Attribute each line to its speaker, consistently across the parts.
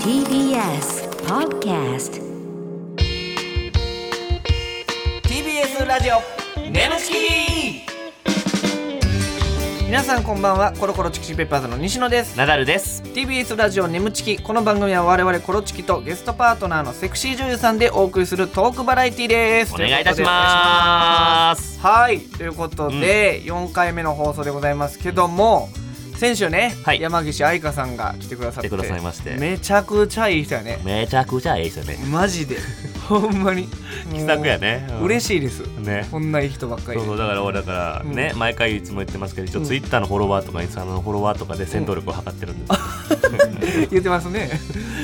Speaker 1: TBS Podcast
Speaker 2: TBS ラジオ
Speaker 3: ネムチキ
Speaker 2: 皆さんこんばんはコロコロチキチキペッパーズの西野です
Speaker 3: ナダルです。
Speaker 2: TBS ラジオネムチキこの番組は我々コロチキとゲストパートナーのセクシー女優さんでお送りするトークバラエティです
Speaker 3: お願いいたします。
Speaker 2: はいということで、4回目の放送でございますけども先週ね、
Speaker 3: はい
Speaker 2: 山岸愛香さんが来てくださって
Speaker 3: 来てくださいまして
Speaker 2: めちゃくちゃいい人やね
Speaker 3: めちゃくちゃええ人ね。
Speaker 2: マジ でほんまに
Speaker 3: 気さくやね。
Speaker 2: もう嬉
Speaker 3: し
Speaker 2: しいです
Speaker 3: い。ね。
Speaker 2: こんないい人ばっかり
Speaker 3: そう
Speaker 2: で
Speaker 3: そうだから俺だから
Speaker 2: うん
Speaker 3: ね、毎回いつも言ってますけど一応ツイッターのフォロワーとかインスタのフォロワーとかで戦闘力を測ってるんです、
Speaker 2: 言ってますね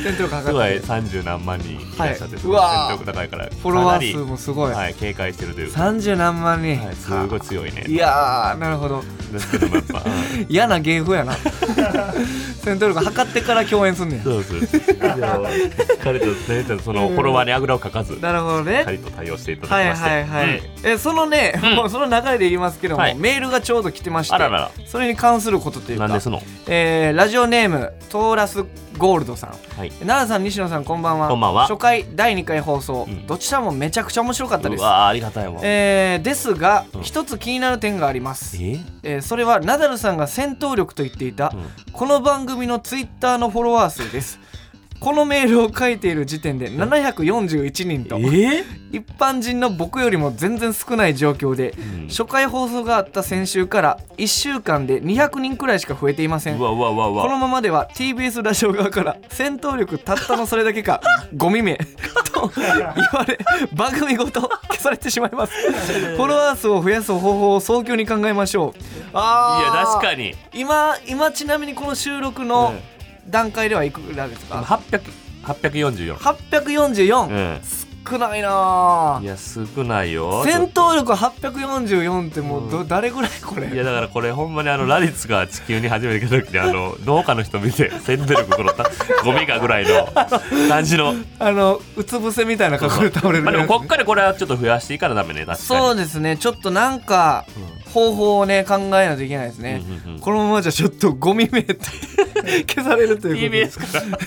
Speaker 2: 戦闘力上
Speaker 3: す
Speaker 2: が
Speaker 3: ご
Speaker 2: っ
Speaker 3: い
Speaker 2: てる
Speaker 3: 30何万人いらっしゃって、
Speaker 2: はいう
Speaker 3: すごいう戦
Speaker 2: わー
Speaker 3: 闘力高いから
Speaker 2: フォロワー数
Speaker 3: かな
Speaker 2: もすごい、
Speaker 3: り、はい、警戒してるというか、
Speaker 2: 30何万人、
Speaker 3: はい、すごい強いね
Speaker 2: いやーなるほど
Speaker 3: ですけどもやっぱ、 うん
Speaker 2: 嫌な芸風や な戦闘力測ってから共演すんねん
Speaker 3: そうそう彼とねそのフォロワーにあぐらをかかず、
Speaker 2: なるほどね
Speaker 3: 彼と対応していただ
Speaker 2: は
Speaker 3: き
Speaker 2: い
Speaker 3: まして
Speaker 2: はいはい、
Speaker 3: うん
Speaker 2: えそのね、もうその流れで言いますけども、
Speaker 3: はい
Speaker 2: メールがちょうど来てまして
Speaker 3: あらら
Speaker 2: それに関することという
Speaker 3: なん
Speaker 2: か
Speaker 3: で、すの
Speaker 2: えーラジオネームトーラスゴールドさん
Speaker 3: はい
Speaker 2: 奈良さん西野さんこんばんは
Speaker 3: こんばんは
Speaker 2: 初回第2回放送、
Speaker 3: うん
Speaker 2: どちらもめちゃくちゃ面白かったで
Speaker 3: う
Speaker 2: す
Speaker 3: わーありがたいわえ
Speaker 2: えーですが、
Speaker 3: うん
Speaker 2: 一つ気になる点があります、
Speaker 3: ー
Speaker 2: えーそれはナダルさんが戦闘力と言っていた、
Speaker 3: うん
Speaker 2: この番組のツイッターのフォロワー数ですこのメールを書いている時点で741人と、
Speaker 3: え
Speaker 2: 一般人の僕よりも全然少ない状況で、
Speaker 3: ん
Speaker 2: 初回放送があった先週から1週間で200人くらいしか増えていません
Speaker 3: うわうわうわう
Speaker 2: この
Speaker 3: わ
Speaker 2: ままでは TBS ラジオ側から戦闘力たったのそれだ けかゴミ名と言われ番組ごと消されてしまいますフォロワー数を増やす方法を早急に考えましょうあ
Speaker 3: い
Speaker 2: ー
Speaker 3: や確かに
Speaker 2: 今今ちなみにこの収録の
Speaker 3: うん
Speaker 2: 段階ではいくらですか
Speaker 3: 800 844
Speaker 2: 844、
Speaker 3: う
Speaker 2: 少ないなあ
Speaker 3: んいや少ないよ
Speaker 2: 戦闘力844ってもうど、
Speaker 3: う
Speaker 2: 誰ぐらいこれ
Speaker 3: いやだからこれほんまにあのラリツが地球に初めて来た時にあの農家の人見て戦闘力この たゴミかぐらいの感じの
Speaker 2: あのうつ伏せみたいな格好で倒れる
Speaker 3: まあでも
Speaker 2: やつ
Speaker 3: こっからこれはちょっと増やしていいからダメね確かに
Speaker 2: そうですねちょっとなんか方法をね考えないといけないですね、
Speaker 3: うんうんうん
Speaker 2: このままじゃちょっとゴミ名って消されると いうことで
Speaker 3: TBS から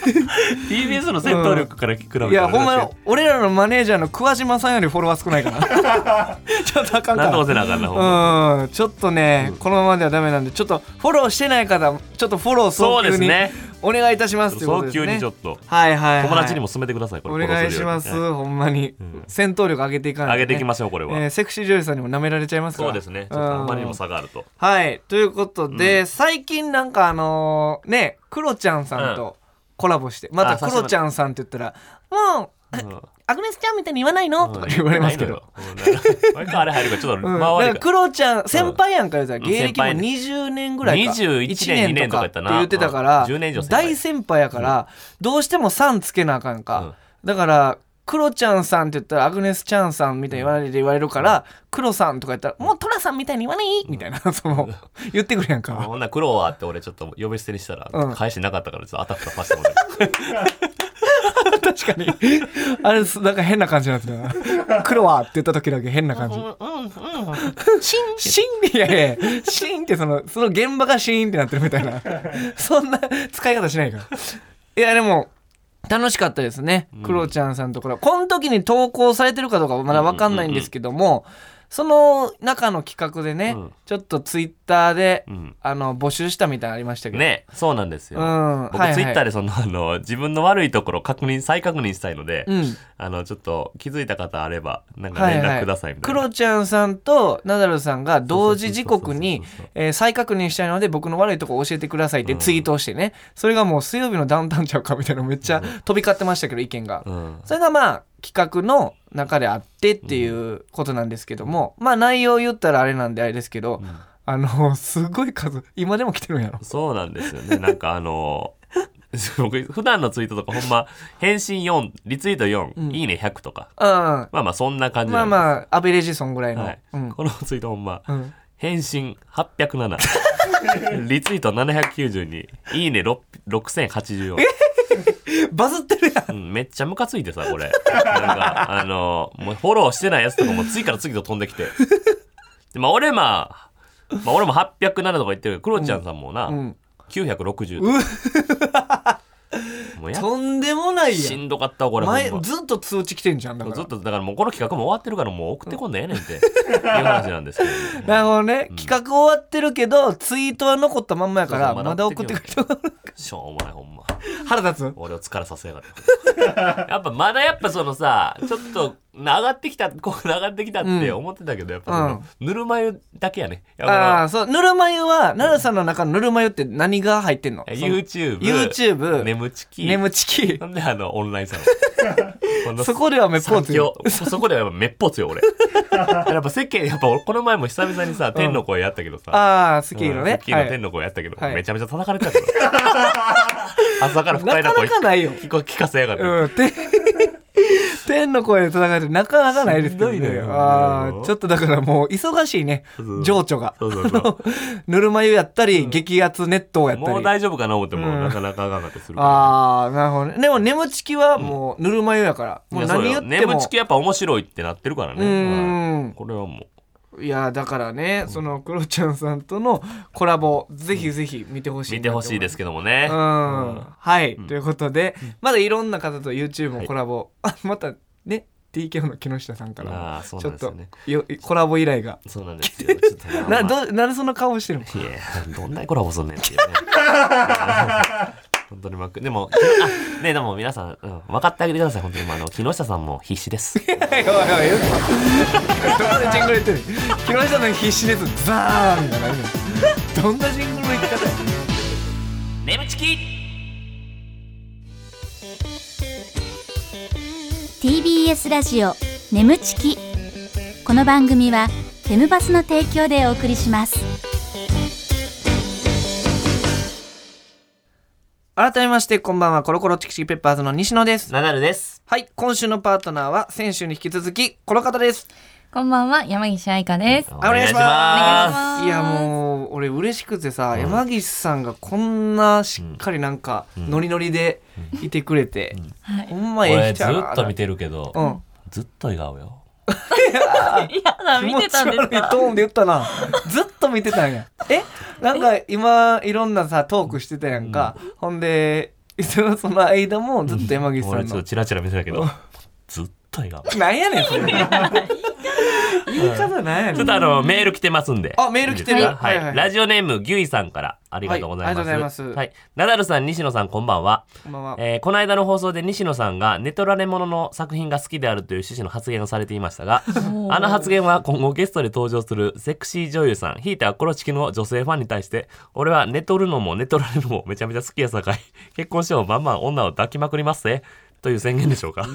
Speaker 3: TBS の戦闘力から比べたら
Speaker 2: いやほんま
Speaker 3: 確
Speaker 2: に
Speaker 3: か
Speaker 2: 俺らのマネージャーの桑島さんよりフォロワー少ないから ちょっとあかん
Speaker 3: に
Speaker 2: か
Speaker 3: なんとからせなあかんなほんま
Speaker 2: うんちょっとね、このままではダメなんでちょっとフォローしてない方ちょっとフォロー
Speaker 3: そ
Speaker 2: 早
Speaker 3: うで
Speaker 2: 急
Speaker 3: す
Speaker 2: に
Speaker 3: ね
Speaker 2: お願いいたしますということで
Speaker 3: 早
Speaker 2: すね
Speaker 3: 急にちょっと
Speaker 2: はいはい、はい、
Speaker 3: 友達にも勧めてくださいこ
Speaker 2: お
Speaker 3: れ
Speaker 2: 願いします、
Speaker 3: 殺せるように
Speaker 2: ほんまに、
Speaker 3: ん
Speaker 2: 戦闘力上げていかないとね、
Speaker 3: 上げていきましょうこれは
Speaker 2: えーセクシー女優さんにも舐められちゃいますから
Speaker 3: そうですねちょっとあんまりにも差があると
Speaker 2: はいということで、最近なんかあのーねクロちゃんさんとコラボして、また
Speaker 3: あさ
Speaker 2: ク
Speaker 3: せても
Speaker 2: ロちゃんさんって言ったら「もう
Speaker 3: うん
Speaker 2: アグネスちゃんみたいに言わないの?」とか言われますけど。
Speaker 3: うんないのようん割とあれ入るからちょっと
Speaker 2: うん、
Speaker 3: 回
Speaker 2: な
Speaker 3: り
Speaker 2: んか
Speaker 3: が
Speaker 2: クロちゃん先輩やんか言うたら
Speaker 3: ん
Speaker 2: 芸歴も
Speaker 3: 先輩ね
Speaker 2: 20年ぐらいか
Speaker 3: 21
Speaker 2: 1
Speaker 3: 年2年とかやったな
Speaker 2: って言ってたから
Speaker 3: うん10年以上先輩
Speaker 2: 大先輩やからどうしても「さん」つけなあかんかだからクロちゃんさんって言ったらアグネスちゃんさんみたいに言われて言われるからクロさんとか言ったらもうトラさんみたいに言わないみたいなその言ってくるやん
Speaker 3: うん
Speaker 2: か
Speaker 3: ほんなら黒はって俺ちょっと呼び捨てにした
Speaker 2: うん
Speaker 3: ら返しなかったからちょっとアタフタパスしてもらう
Speaker 2: 確かにあれすなんか変な感じになってたなクロはって言った時だけ変な感じシンシンいやいやシンってそのその現場がシーンってなってるみたいなそんな使い方しないからいやでも楽しかったですね、クロちゃんさんところこの時に投稿されてるかどうかはまだ分かんないんですけども、その中の企画でね、
Speaker 3: うん
Speaker 2: ちょっとツイッターで、
Speaker 3: うん
Speaker 2: あの募集したみたいなのありましたけど、
Speaker 3: ねそうなんです
Speaker 2: う
Speaker 3: よ
Speaker 2: ん
Speaker 3: 僕ツイッター
Speaker 2: で、
Speaker 3: でそのあの自分の悪いところ確認再確認したいので
Speaker 2: うん
Speaker 3: あのちょっと気づいた方あればなんか
Speaker 2: はい
Speaker 3: 連
Speaker 2: は
Speaker 3: 絡
Speaker 2: い
Speaker 3: くださいみた
Speaker 2: ク
Speaker 3: いな
Speaker 2: ロちゃんさんとナダルさんが同時時刻に
Speaker 3: そうそうそうそうそう
Speaker 2: えー再確認したいので僕の悪いとこ教えてくださいってツイートをしてね、それがもう水曜日のダウンタウンちゃうかみたいなめっちゃ飛び交ってましたけど意見が、
Speaker 3: うん
Speaker 2: それがまあ企画の中であってっていうことなんですけども、まあ内容を言ったらあれなんであれですけど、あのすごい数今でも来てるんやろ
Speaker 3: そうなんですよね。なんかあの 僕普段のツイートとかほんま返信4リツイート4、いいね100とか
Speaker 2: うん
Speaker 3: まあまあそんな感じ
Speaker 2: ま
Speaker 3: な
Speaker 2: あ
Speaker 3: んで
Speaker 2: まあアベレージそんぐらいの、
Speaker 3: はい
Speaker 2: うん
Speaker 3: このツイートほんま、
Speaker 2: うん
Speaker 3: 返信807 リツイート792いいね6 6084、
Speaker 2: バズってるやん
Speaker 3: うん、めっちゃムカついてさこれなんかあのもうフォローしてないやつとかも次から次と飛んできてでまあ俺まあ、まあ、俺も807とか言ってるけどクロちゃんさんもな、
Speaker 2: うん
Speaker 3: 960
Speaker 2: うないや
Speaker 3: し
Speaker 2: ん
Speaker 3: んどかったわこれほんま
Speaker 2: 前ずっと通知来てんじゃんだか
Speaker 3: ず
Speaker 2: ら
Speaker 3: っとだからもうこの企画も終わってるからもう送ってこんでええねんっていう話なんですけどね
Speaker 2: なるほどね、企画終わってるけどツイートは残ったまんまやから
Speaker 3: そうそう
Speaker 2: まだ送ってくれ た
Speaker 3: しょうもないほんま
Speaker 2: 腹立つ
Speaker 3: 俺を疲れさせやがって やっぱまだやっぱそのさちょっとな上がってきたこう上がってきたって思ってたけど、やっぱそのぬるま湯だけやねやっ
Speaker 2: あ
Speaker 3: ぱ
Speaker 2: あそうぬるま湯は奈良さんの中のぬるま湯って何が入ってんの
Speaker 3: この
Speaker 2: その
Speaker 3: YouTube,
Speaker 2: YouTube
Speaker 3: 眠ちき
Speaker 2: 眠ち き
Speaker 3: なんであのオンラインサロ ン
Speaker 2: そこではめっぽうつよ
Speaker 3: 三強そこではやっぱめっぽ う強い俺やっぱ世間やっぱ俺この前も久々にさ天の声やったけどさ、
Speaker 2: ああ好きの
Speaker 3: うん
Speaker 2: ね
Speaker 3: スッキリの
Speaker 2: は
Speaker 3: 天
Speaker 2: い
Speaker 3: の声やったけど、
Speaker 2: はい
Speaker 3: めちゃめちゃ叩かれてた から朝から不快な声
Speaker 2: なかなかないよ
Speaker 3: 聞こ聞かせやがって、
Speaker 2: うん て天の声で戦ってなかなかないですけど
Speaker 3: しんどいの
Speaker 2: ね
Speaker 3: よ
Speaker 2: ああちょっとだからもう忙しいね
Speaker 3: そう
Speaker 2: 情緒が
Speaker 3: そうそうそう
Speaker 2: ぬるま湯やったり激アツ熱湯やった
Speaker 3: もう
Speaker 2: り
Speaker 3: 大丈夫かな思っても、
Speaker 2: うん
Speaker 3: なかなかあかんかったりするから
Speaker 2: ああなるほどねでも眠ちきはもうぬるま湯やからもう
Speaker 3: いやそう
Speaker 2: 何
Speaker 3: よ
Speaker 2: 言って
Speaker 3: 眠
Speaker 2: も
Speaker 3: ちきやっぱ面白いってなってるから
Speaker 2: う
Speaker 3: ね、
Speaker 2: ー
Speaker 3: はい
Speaker 2: ん
Speaker 3: これはも
Speaker 2: いやだからねそのクロちゃんさんとのコラボぜひぜひ見てほ
Speaker 3: う
Speaker 2: しい
Speaker 3: 見てほしいですすけどもね、
Speaker 2: うんはいということでまだいろんな方と YouTube もコラボあまたね TKO の木下さんからも
Speaker 3: ああそう
Speaker 2: ち
Speaker 3: な
Speaker 2: ょ
Speaker 3: ん
Speaker 2: っ
Speaker 3: ですよ
Speaker 2: と
Speaker 3: ね
Speaker 2: よコラボ依頼が
Speaker 3: そうなんですよちょっとね
Speaker 2: な
Speaker 3: まあ
Speaker 2: どなんでそんな顔してるの
Speaker 3: いやどんなコラボすんねんって いうね本当にマックでもあねでも皆さん、うん、分かってあげてください本当にもうあの木下さんも必死です
Speaker 2: おいおいおいよくどんなジングル言ってる木下の必死ですザーンみたいな感じどんなジングルの言い方や
Speaker 3: 眠ちき
Speaker 4: TBS ラジオ眠ちきこの番組はテムバスの提供でお送りします
Speaker 2: 改めましてこんばんはコロコロチキチキペッパーズの西野です
Speaker 3: ナダルです
Speaker 2: はい今週のパートナーは先週に引き続きこの方です
Speaker 5: こんばんは、山岸愛香です。
Speaker 3: お
Speaker 2: お願いします
Speaker 3: 願いし
Speaker 2: いやもう俺嬉しくてさ、山岸さんがこんなしっかりなんかノリノリでいてくれて、
Speaker 5: はい
Speaker 2: ほんまええ
Speaker 3: 俺
Speaker 2: 人
Speaker 3: ず
Speaker 2: やな
Speaker 3: っと見てるけど、
Speaker 2: うん
Speaker 3: ずっと笑顔よ
Speaker 5: いやだ、見てたん
Speaker 2: 気持ち
Speaker 5: です
Speaker 2: 悪い
Speaker 5: か
Speaker 2: トーンで言ったな。ずっと見てたんや。えなんか今、いろんなさ、トークしてたやんか。ほんで、そのその間もずっと山岸さ
Speaker 3: 俺
Speaker 2: ん
Speaker 3: ちょっ
Speaker 2: の
Speaker 3: と。チラチラ見てたけどずっと笑顔ち
Speaker 2: なんやねん、それ。言い方なんや ね
Speaker 3: ょっ
Speaker 2: ん。
Speaker 3: とあのメール来てますんで
Speaker 2: あメール来てる
Speaker 3: いいですかはい
Speaker 2: はいはい
Speaker 3: ラジオネームギュイさんからありがとうございます、
Speaker 2: はいありがとうございます
Speaker 3: はいナダルさん西野さんこんばんは
Speaker 2: こんばんは。
Speaker 3: えーこの間の放送で西野さんが「寝取られ者の作品が好きである」という趣旨の発言をされていましたがあの発言は今後ゲストで登場するセクシー女優さんひいてはコロチキの女性ファンに対して「俺は寝取るのも寝取られるのもめちゃめちゃ好きやさかい結婚してもまんまん女を抱きまくりますぜ」という宣言でしょうか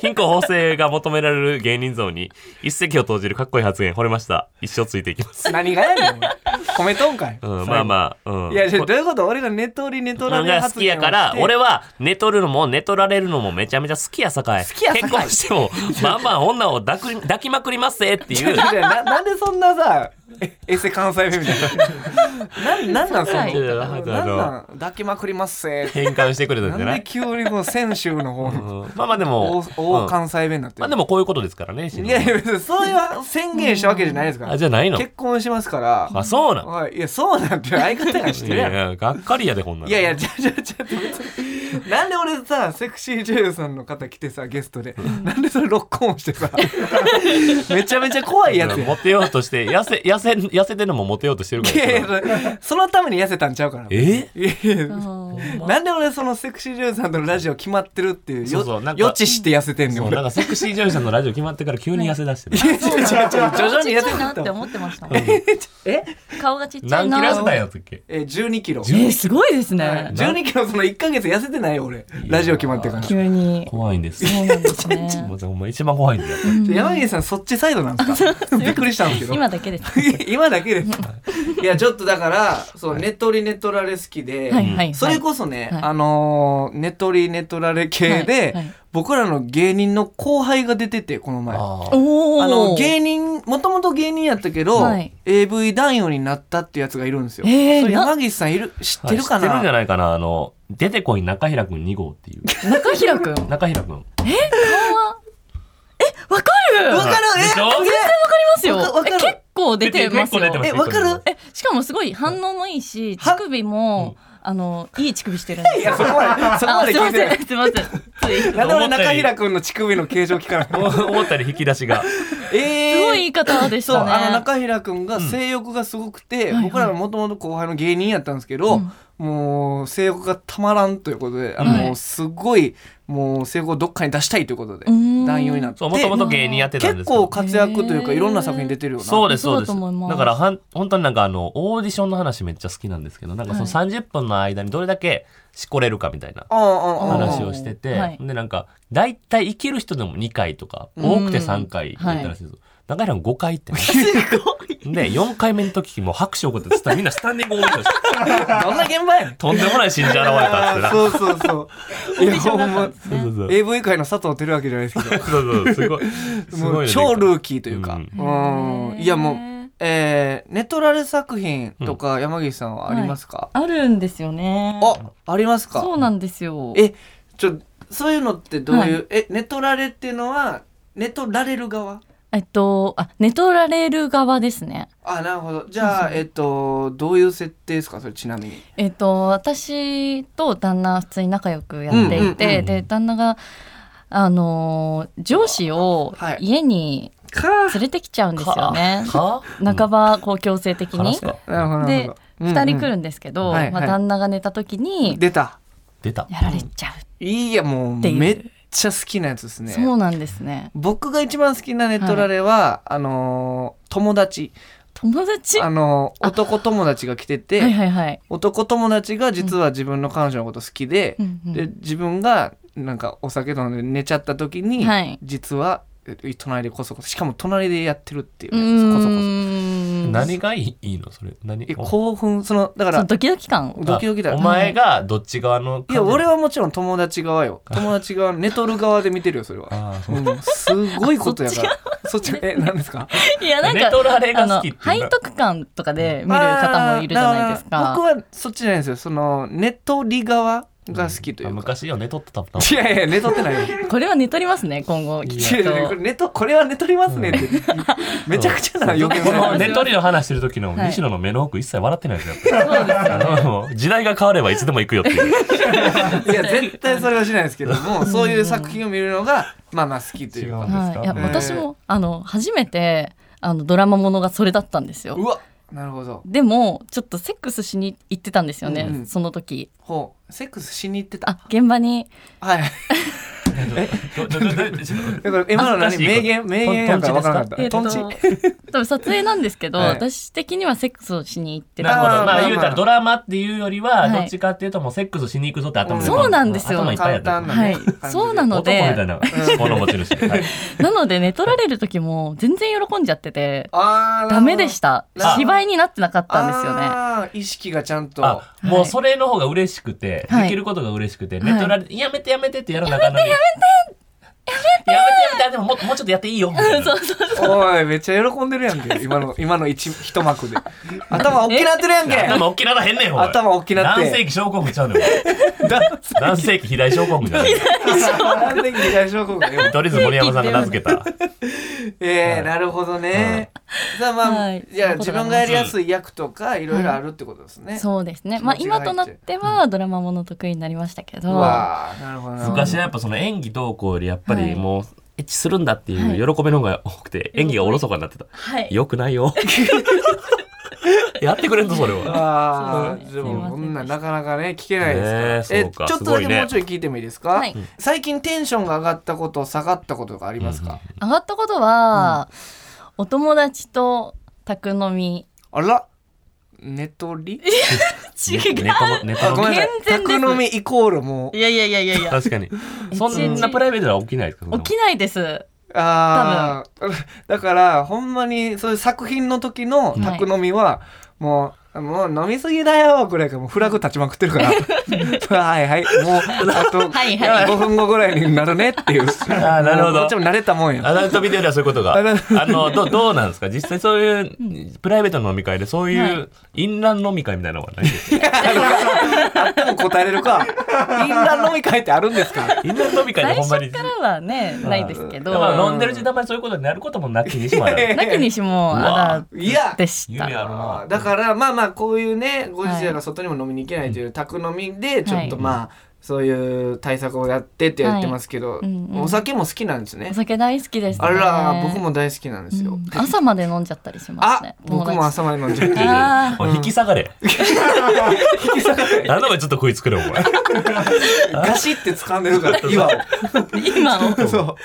Speaker 3: 貧困法制が求められる芸人像に一石を投じるかっこいい発言惚れました一生ついていきます、
Speaker 2: 何がやねん。コメントんかい。
Speaker 3: うん、まあまあ、うん、
Speaker 2: いや、じゃあどういうこと俺が寝取り寝取られ
Speaker 3: が好きやから俺
Speaker 2: は。
Speaker 3: は寝とるのも寝取られるのもめちゃめちゃ好きやさかい
Speaker 2: きやさかい
Speaker 3: 結婚して もまあまあ女を抱く抱きまくりますぜってい
Speaker 2: いうやいやななんでそんなさ、えエセ関西弁みたいな。な、なんなんその。
Speaker 5: いやい
Speaker 3: や
Speaker 2: なんなん抱きまくりますせーって
Speaker 3: 変換してくれたんじゃ
Speaker 2: な
Speaker 3: なん
Speaker 2: で
Speaker 3: い、
Speaker 2: 急にこの先週の方
Speaker 3: う
Speaker 2: の
Speaker 3: んまあまあでも
Speaker 2: 大、大
Speaker 3: うん
Speaker 2: 関西弁になって
Speaker 3: まあ
Speaker 2: る
Speaker 3: でもこういうことですからね
Speaker 2: いやいや別にそういう宣言したわけじゃないですから
Speaker 3: あじゃないの
Speaker 2: 結婚しますから
Speaker 3: あそうなん
Speaker 2: はいいやそうなんて相方がして
Speaker 3: い
Speaker 2: るやん
Speaker 3: やいやがっかりやでこんなの
Speaker 2: いやいやちょちょちょっと別になんで俺さセクシー女優さんの方来てさゲストでなんでそれロックオン してさめちゃめちゃ怖いやつやん
Speaker 3: モテようとして痩せ痩せ痩せてるのもモテようとしてるから
Speaker 2: いやいやそのために痩せたんちゃうから
Speaker 3: え
Speaker 2: いやいや
Speaker 5: そう
Speaker 2: なんで俺そのセクシー女優さんとのラジオ決まってるっていうよ
Speaker 3: そうそうなんか
Speaker 2: 予知して痩せてんねん
Speaker 3: そう
Speaker 2: 俺
Speaker 3: なんかセクシー女優さんのラジオ決まってから急に痩せ出してる
Speaker 2: いや違う違う違う徐々に
Speaker 5: ち
Speaker 2: 痩
Speaker 5: っちゃい
Speaker 2: せ
Speaker 5: なってて
Speaker 2: った
Speaker 5: 思ってました。
Speaker 2: え
Speaker 5: 顔がちっちゃい
Speaker 3: 何
Speaker 5: な。
Speaker 3: キロ痩せたんやつっけ
Speaker 2: え12キロ
Speaker 5: えー、すごいですね。
Speaker 2: 12キロその1か月痩せてないよ俺ラジオ決まってから
Speaker 5: 急に。
Speaker 3: 怖いんです
Speaker 5: そうなんですね。
Speaker 3: もうほんま一番怖いんだよ
Speaker 2: 山岸さんそっちサイドなんですかびっくりしたんですけど
Speaker 5: 今だけです。
Speaker 2: 今だけですいやちょっとだからそう寝取り寝取られ好きで
Speaker 5: はいはい
Speaker 2: それこそね
Speaker 5: はい
Speaker 2: あのー寝取り寝取られ系で
Speaker 5: はいはい
Speaker 2: 僕らの芸人の後輩が出ててこの前
Speaker 3: あー
Speaker 5: おお。
Speaker 2: あの芸人もともと芸人やったけど、
Speaker 5: はい
Speaker 2: AV 男優になったってやつがいるんですよ。
Speaker 5: えー
Speaker 2: それ
Speaker 5: な
Speaker 2: 山岸さんいる知ってるかな、
Speaker 3: はい知ってるんじゃないかなあの、出てこい中平くん2号って いう。
Speaker 5: 中平くん。わ
Speaker 3: 中平くん。
Speaker 2: わかるえ
Speaker 3: でしょ
Speaker 5: かる
Speaker 2: すげえ
Speaker 5: ますよ
Speaker 2: わかわか。る
Speaker 5: え、結構出てま
Speaker 3: 結
Speaker 5: す
Speaker 3: 構出て
Speaker 5: よ
Speaker 3: ま。す
Speaker 2: えわかる
Speaker 5: え、しかもすごい反応もいいし、
Speaker 2: は
Speaker 5: 乳首も、あのいい乳首してるんです
Speaker 2: いや、そこまで、そこ
Speaker 5: あ
Speaker 2: まです
Speaker 5: い
Speaker 2: 聞
Speaker 5: ま
Speaker 2: いてな
Speaker 5: せ
Speaker 2: い
Speaker 5: ん。すいませんつい
Speaker 2: なんで俺中平くんの乳首の形状聞かないの
Speaker 3: 思ったより引き出しが。
Speaker 2: え
Speaker 5: すごい言い方でし
Speaker 2: そう、
Speaker 5: たね
Speaker 2: あの中平くんが性欲がすごくて、僕らのもともと後輩の芸人やったんですけど、もう性欲がたまらんということで、あの、
Speaker 5: はい
Speaker 2: すごい、もう性欲をどっかに出したいということで、
Speaker 5: ん
Speaker 2: 男優になって。
Speaker 3: そう、もともと芸人やってたん
Speaker 2: 結
Speaker 3: ですけど
Speaker 2: 構活躍というか、いろんな作品出てるよな。
Speaker 3: そうです、そうです。
Speaker 5: そうだと思います
Speaker 3: だからはん、本当になんかあの、オーディションの話めっちゃ好きなんですけど、なんかその30分の間にどれだけしこれるかみたいな
Speaker 2: ああ、ああ、あ
Speaker 3: 話
Speaker 2: あ。
Speaker 3: をしてて、
Speaker 5: はい
Speaker 3: で、なんか、大体いける人でも2回とか、多くて3回だったらしいです。中井さん5回ってね。で、4回目の時もう拍手を起こって、つったらみんなスタンディングオーディションして
Speaker 2: どんな現場やねん。
Speaker 3: とんでもない信者現れたって
Speaker 2: あ
Speaker 3: な。
Speaker 2: あそうそうそう。いや、ほんま、
Speaker 3: そうそうそう
Speaker 2: AV 界の佐藤輝明じゃないですけど。
Speaker 3: そうそう、すごい。す
Speaker 2: も
Speaker 3: ご
Speaker 2: う
Speaker 3: い。
Speaker 2: 超ルーキーというか。
Speaker 3: うん
Speaker 2: うん。いやもう、えー、ネトラレ作品とか山岸さんはありますか、
Speaker 5: あるんですよね
Speaker 2: あ、ありますか
Speaker 5: そうなんですよ
Speaker 2: え、ちょ、そういうのってどういう、
Speaker 5: は
Speaker 2: え、ネトラレっていうのは、ネトラレる側
Speaker 5: えっとあ寝取られる側ですね
Speaker 2: あ、なるほど。じゃあ、えっと、どういう設定ですかそれちなみに。
Speaker 5: えっと私と旦那は普通に仲良くやっていて、
Speaker 2: うんうんうん
Speaker 5: で旦那があのー上司を
Speaker 2: はい
Speaker 5: 家に
Speaker 2: か
Speaker 5: 連れてきちゃうんですよね、
Speaker 3: は
Speaker 5: 半ばこう強制的
Speaker 3: 話
Speaker 5: に
Speaker 3: すか
Speaker 2: なるほど。なる
Speaker 5: で
Speaker 2: ほど
Speaker 5: 2人来。
Speaker 2: うん
Speaker 5: るんですけど、
Speaker 2: はい
Speaker 5: ま
Speaker 2: は
Speaker 5: あ、
Speaker 2: い
Speaker 5: 旦那が寝た時
Speaker 2: うん
Speaker 5: に
Speaker 2: 出た。
Speaker 3: 出た。
Speaker 5: やられちゃう、
Speaker 2: いいや、もう、
Speaker 5: ていう
Speaker 2: めっちゃ好きなやつですね。
Speaker 5: そうなんですね
Speaker 2: 僕が一番好きなネトラレは、あのー友達。
Speaker 5: 友達
Speaker 2: あ
Speaker 5: は
Speaker 2: のー男友達が来てて、
Speaker 5: いはいはい、
Speaker 2: 男友達が実は自分の彼女のこと好きで
Speaker 5: う、んうん
Speaker 2: で自分がなんかお酒飲んで寝ちゃった時に、
Speaker 5: はい
Speaker 2: 実はえ隣でこそこそしかも隣でやってるっていう
Speaker 5: う
Speaker 2: ね、こそこ
Speaker 5: ーん
Speaker 3: 何がいいのそれ。何
Speaker 2: そえ興奮そのだか
Speaker 5: その
Speaker 2: ら
Speaker 5: ドキドキ感
Speaker 2: ドキドキだ
Speaker 3: お
Speaker 2: よ
Speaker 3: 前がどっち側の
Speaker 2: いや俺
Speaker 3: は。
Speaker 2: はもちろん友達側よ友達側寝とる側で見てるよそれは、
Speaker 3: ああ、そう。
Speaker 2: うん、すごいことやからそっちえ何ですか
Speaker 5: いやなん
Speaker 3: ネト
Speaker 5: か
Speaker 3: ラレ
Speaker 5: あ
Speaker 3: が好
Speaker 5: の
Speaker 3: きっていう
Speaker 5: 背
Speaker 3: な。
Speaker 5: 徳感とかで見る方もいるじゃないです
Speaker 2: あー
Speaker 5: か
Speaker 2: 僕はそっちじゃないんですよその寝とり側が好きとい
Speaker 3: あ
Speaker 2: うか、
Speaker 3: 昔よね、取ってたもん。
Speaker 2: いやいや寝とってないよ
Speaker 5: これは寝取りますね今後き
Speaker 2: いや
Speaker 5: っ
Speaker 2: いやこれネトこれは寝取りますねって、 めちゃくちゃな余計
Speaker 3: この
Speaker 2: な
Speaker 3: ネトリの話してる時の
Speaker 5: はい
Speaker 3: 西野の目の奥一切笑ってないですよ。もう時代が変わればいつでも行くよっていう。
Speaker 2: いや絶対それはしないですけどもそういう作品を見るのがまあまあ好きという
Speaker 3: 違
Speaker 2: か
Speaker 3: う
Speaker 5: と、
Speaker 3: ん
Speaker 5: はい、いや
Speaker 2: ね
Speaker 5: 私もあの初めてあのドラマものがそれだったんです
Speaker 2: う
Speaker 5: よ
Speaker 2: わなるほど
Speaker 5: でもちょっとセックスしに行ってたんですよね、
Speaker 2: うん
Speaker 5: その時
Speaker 2: ほうセックスしに行ってた
Speaker 5: あ現場に
Speaker 2: はい
Speaker 3: どどどどど ちょっと
Speaker 2: だから今の何
Speaker 3: 懐かしいこと
Speaker 2: 名言名言やんから分からなかったトンチ
Speaker 5: えっと多分撮影なんですけど、
Speaker 2: はい
Speaker 5: 私的にはセックスをしに行って
Speaker 3: なる
Speaker 5: た
Speaker 3: ほど。
Speaker 2: まあま
Speaker 3: ま
Speaker 2: あ
Speaker 3: あ言うたらドラマっていうよりは、
Speaker 5: はい
Speaker 3: どっちかっていうともうセックスしに行くぞって頭に
Speaker 2: そう
Speaker 5: なんですよ
Speaker 3: 頭いっぱいやった。
Speaker 2: 簡単
Speaker 5: はい
Speaker 2: 感じで
Speaker 5: そうなの
Speaker 3: 男みたい
Speaker 5: で
Speaker 3: な思考の持ち主。はい
Speaker 5: なので寝取られる時も全然喜んじゃってて
Speaker 2: あー
Speaker 5: ダメでした
Speaker 2: あ
Speaker 5: 芝居になってなかったんですよね
Speaker 2: あー意識がちゃんと
Speaker 3: あ、もうそれの方が嬉しくて、
Speaker 5: はい
Speaker 3: できることが嬉しくて、
Speaker 5: はい
Speaker 3: ネトラレ、やめてやめてってやらなあかんのに。やめてやめてやめてやめてでももうもうちょっとやっていいよみたいな。
Speaker 2: おいめっちゃ喜んでるやんけ今の今の一一幕で頭大きなってるやん け
Speaker 3: 頭大きならへんねん、おい
Speaker 2: 頭大きなって
Speaker 3: 何世紀症候群ちゃうねん、おい何世紀肥大症候群じゃない。
Speaker 2: なんで議題証拠がよ
Speaker 3: 見取り図森山さんが名付けた。
Speaker 2: え
Speaker 3: は
Speaker 2: え
Speaker 3: い
Speaker 2: なるほどね。じゃあまあ、
Speaker 5: はいい、
Speaker 2: や
Speaker 5: そ
Speaker 2: 自
Speaker 5: うだな
Speaker 2: 分がやりやすい役とかいろいろあるってことですね。う
Speaker 5: そうですねまあ
Speaker 2: 気持ちが入
Speaker 5: 今
Speaker 2: っ
Speaker 5: と
Speaker 2: て
Speaker 5: なってはドラマもの得意になりましたけど
Speaker 2: わあなるほどなるほど。
Speaker 3: 昔はやっぱその演技どうこうよりやっぱ
Speaker 5: は
Speaker 3: り
Speaker 5: い
Speaker 3: もう、エッチするんだっていう喜びの方が多くて、演技がおろそかになってた。
Speaker 5: はい
Speaker 3: よくないよ。やってくれんぞ、それは。
Speaker 2: あ
Speaker 5: そう
Speaker 2: あ
Speaker 5: です
Speaker 2: で
Speaker 5: ねすい
Speaker 2: も
Speaker 5: ません
Speaker 2: こんなんなかなかね聞けないですから。
Speaker 3: ねえ
Speaker 2: え
Speaker 3: そうか
Speaker 2: ちょっとだ
Speaker 3: すごい
Speaker 2: け
Speaker 3: ね
Speaker 2: もうちょい聞いてもいいですか。
Speaker 5: はい
Speaker 2: 最近テンションが上がったこと下がったことがありますか。
Speaker 5: 上がったことは、お友達と宅飲み
Speaker 2: あら寝取り？
Speaker 5: 違う
Speaker 3: ね猫の猫
Speaker 2: あ
Speaker 3: の
Speaker 2: ごめんなさい。
Speaker 5: 健全です
Speaker 2: 宅飲みイコールもう
Speaker 5: いやいやいやい やいや
Speaker 3: 確かに。そんなプライベートでは起きないですかそんなもん
Speaker 5: 起きないです
Speaker 2: ああ、 だから、ほんまに、そういう作品の時の宅飲みは、もう、もう飲みすぎだよぐらいからもうフラグ立ちまくって るから。はいはい。もう、あと、
Speaker 5: はいはい
Speaker 2: 5分後ぐらいになるねっていう。あ
Speaker 3: あーなるほど
Speaker 2: こっちも慣れたもん や。
Speaker 3: アダルトビデオではそういうことが。
Speaker 2: アダル
Speaker 3: あの、どどうなんですか実際そういう、プライベートの飲み会で、そういう、淫乱飲み会みたいなのはないですか
Speaker 2: あっても答えれるか。インラン飲み会ってあるんですか
Speaker 3: インラン飲み会で
Speaker 5: 最
Speaker 3: ほんまに
Speaker 5: 初からはねないですけど、
Speaker 3: だから飲んでるうちにあんまりそういうことになることもなきにしもあら ず
Speaker 5: なきにしもあ
Speaker 2: いや
Speaker 5: らでし
Speaker 3: 夢
Speaker 5: た。
Speaker 3: あるな
Speaker 2: だからまあまあこういうねご時世が外にも飲みに行けないという宅飲みでちょっとまあそういう対策をやってってやってますけど、
Speaker 5: いうんうん
Speaker 2: お酒も好きなんですね
Speaker 5: お。酒大好きです、ね。
Speaker 2: あら僕も大好きなんですよ。
Speaker 5: うん朝まで飲んじゃったりします
Speaker 2: あ
Speaker 5: ね。友
Speaker 2: 僕
Speaker 5: 達
Speaker 2: も朝まで飲んじゃってる。
Speaker 5: あ
Speaker 3: おい引き下がれ。なんだお前ちょっと食いつくれお前。
Speaker 2: ガシって掴んでる から岩を。
Speaker 5: ー今を。
Speaker 2: そう。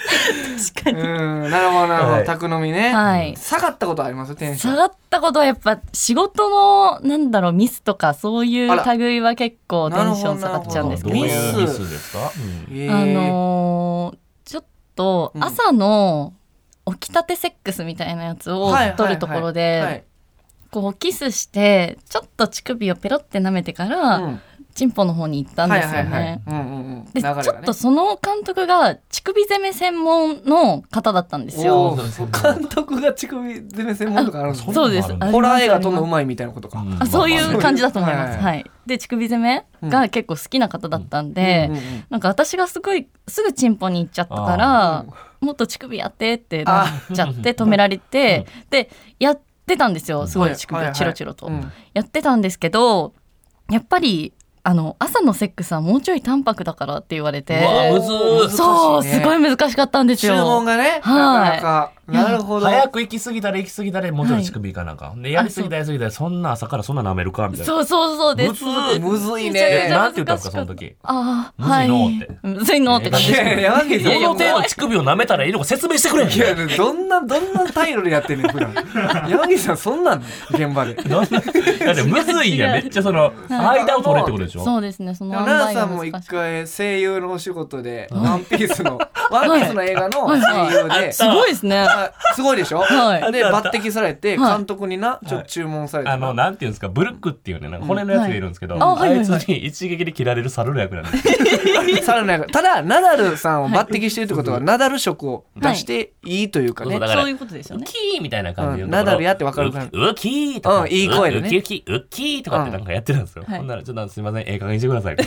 Speaker 2: 確かに。うんなるほどなるほど、
Speaker 3: はい
Speaker 2: 宅飲みね、
Speaker 5: はい
Speaker 2: 下がったことありますテンショ
Speaker 5: 下
Speaker 2: ン。
Speaker 5: がったことはやっぱ仕事のなんだろうミスとかそういう類は結構テンション下がっちゃうんですけ
Speaker 3: ど
Speaker 5: ど
Speaker 3: う
Speaker 2: なるほ
Speaker 3: い
Speaker 2: ど
Speaker 3: うミスですか？うん
Speaker 2: え
Speaker 5: あのーちょっと
Speaker 2: うん
Speaker 5: 朝の起きたてセックスみたいなやつを取るところでこうキスしてちょっと乳首をペロって舐めてからチンポの方に行ったんですよね。でちょっとその監督が乳首攻め専門の方だったんですよ。
Speaker 2: おー監督が乳首攻め専門とかあるんですか
Speaker 5: そうです。
Speaker 3: そんなのあ
Speaker 5: あります
Speaker 2: ホラー映画撮んのうまいみたいなことか。
Speaker 3: ん
Speaker 5: あそういう感じだと思いま
Speaker 2: はい
Speaker 5: す。
Speaker 2: はい
Speaker 5: はい。で乳首攻めが結構好きな方だったんで
Speaker 2: うんう、ん
Speaker 5: なんか私がすごいすぐチンポに行っちゃったから、もっと乳首やってってなっちゃって止められて、でやってたんですよ。すごい乳首チロチロと
Speaker 2: う、ん
Speaker 5: やってたんですけど、やっぱりあの朝のセックスはもうちょい淡白だからって言われ
Speaker 3: うわ
Speaker 5: て、
Speaker 3: むずー
Speaker 5: そう
Speaker 2: 難しいね
Speaker 5: すごい難しかったんです
Speaker 2: 注文
Speaker 5: よ。
Speaker 2: がね、な
Speaker 5: はい
Speaker 2: かなか。なるほど。
Speaker 3: 早く行き過ぎたら行き過ぎたらもうちょい乳首かなんか。でやり過ぎたらやり過ぎたらそんな朝からそんな舐めるかみたいな。
Speaker 5: そうそうそうです。
Speaker 3: むずー
Speaker 2: むずい
Speaker 3: え
Speaker 5: え
Speaker 2: ね。
Speaker 3: なんて言ったんですかその時。
Speaker 5: ああ、
Speaker 3: むず
Speaker 5: はいい
Speaker 3: のって。
Speaker 5: むずいのって感じ
Speaker 2: い
Speaker 5: です。
Speaker 2: やいや、山口さ
Speaker 3: ど
Speaker 2: ん
Speaker 3: の程度乳首を舐めたらいいのか説明してくれ
Speaker 2: いや、どんな、どんなタイトルやってんねん、普段。 山岸さん、そんなん現場で。
Speaker 3: なんだってむずいやんめっちゃその間を取れってことでしょ
Speaker 5: そうですね、その
Speaker 2: 奈
Speaker 5: ナ
Speaker 2: 良
Speaker 5: ン
Speaker 2: さ
Speaker 5: が
Speaker 2: んも
Speaker 5: 難しかっ
Speaker 2: 一
Speaker 5: た
Speaker 2: 回声優のお仕事で、ワンピースの、ワンピースの映画の
Speaker 5: はいはい
Speaker 2: 声優で、
Speaker 5: すごいですね。
Speaker 2: あすごいでしょ
Speaker 5: はい
Speaker 2: で、抜擢されて、
Speaker 5: はい
Speaker 2: 監督にな、ちょっと注文されて。
Speaker 3: あの、なんていうんですか、ブルックっていうね、なんか骨のやつがいるんですけど、
Speaker 5: んはいあはいは
Speaker 3: あ
Speaker 5: いはいい
Speaker 3: つに一撃で切られる猿の役なんですよ。
Speaker 2: さらなただ、ナダルさんを抜擢してるってことは、ナダル色を出していいというかね。
Speaker 3: だから
Speaker 5: そういうことですよ
Speaker 3: ウ
Speaker 5: ね。
Speaker 3: キーみたいな感じ
Speaker 2: う
Speaker 3: の
Speaker 2: ん
Speaker 3: ところ。
Speaker 2: ナダルやってわかるから
Speaker 3: ウキーとか。
Speaker 2: うんいい声でね
Speaker 3: ウキウキ、ウキーとかってなんかやってるんですよ。
Speaker 5: うんはい
Speaker 3: ほんなら、ちょっとすみません、ええ加減にしてください。